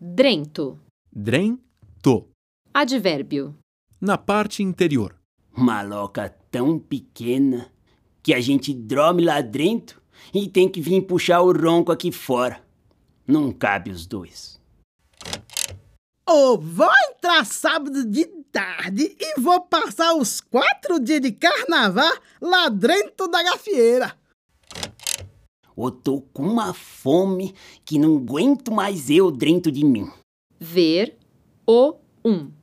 Drento. Drento. Advérbio. Na parte interior. Uma loca tão pequena que a gente dorme lá dentro e tem que vir puxar o ronco aqui fora. Não cabe os dois. Ô, vou entrar sábado de tarde e vou passar os quatro dias de carnaval lá dentro da gafieira. Eu tô com uma fome que não aguento mais eu dentro de mim. Ver o um.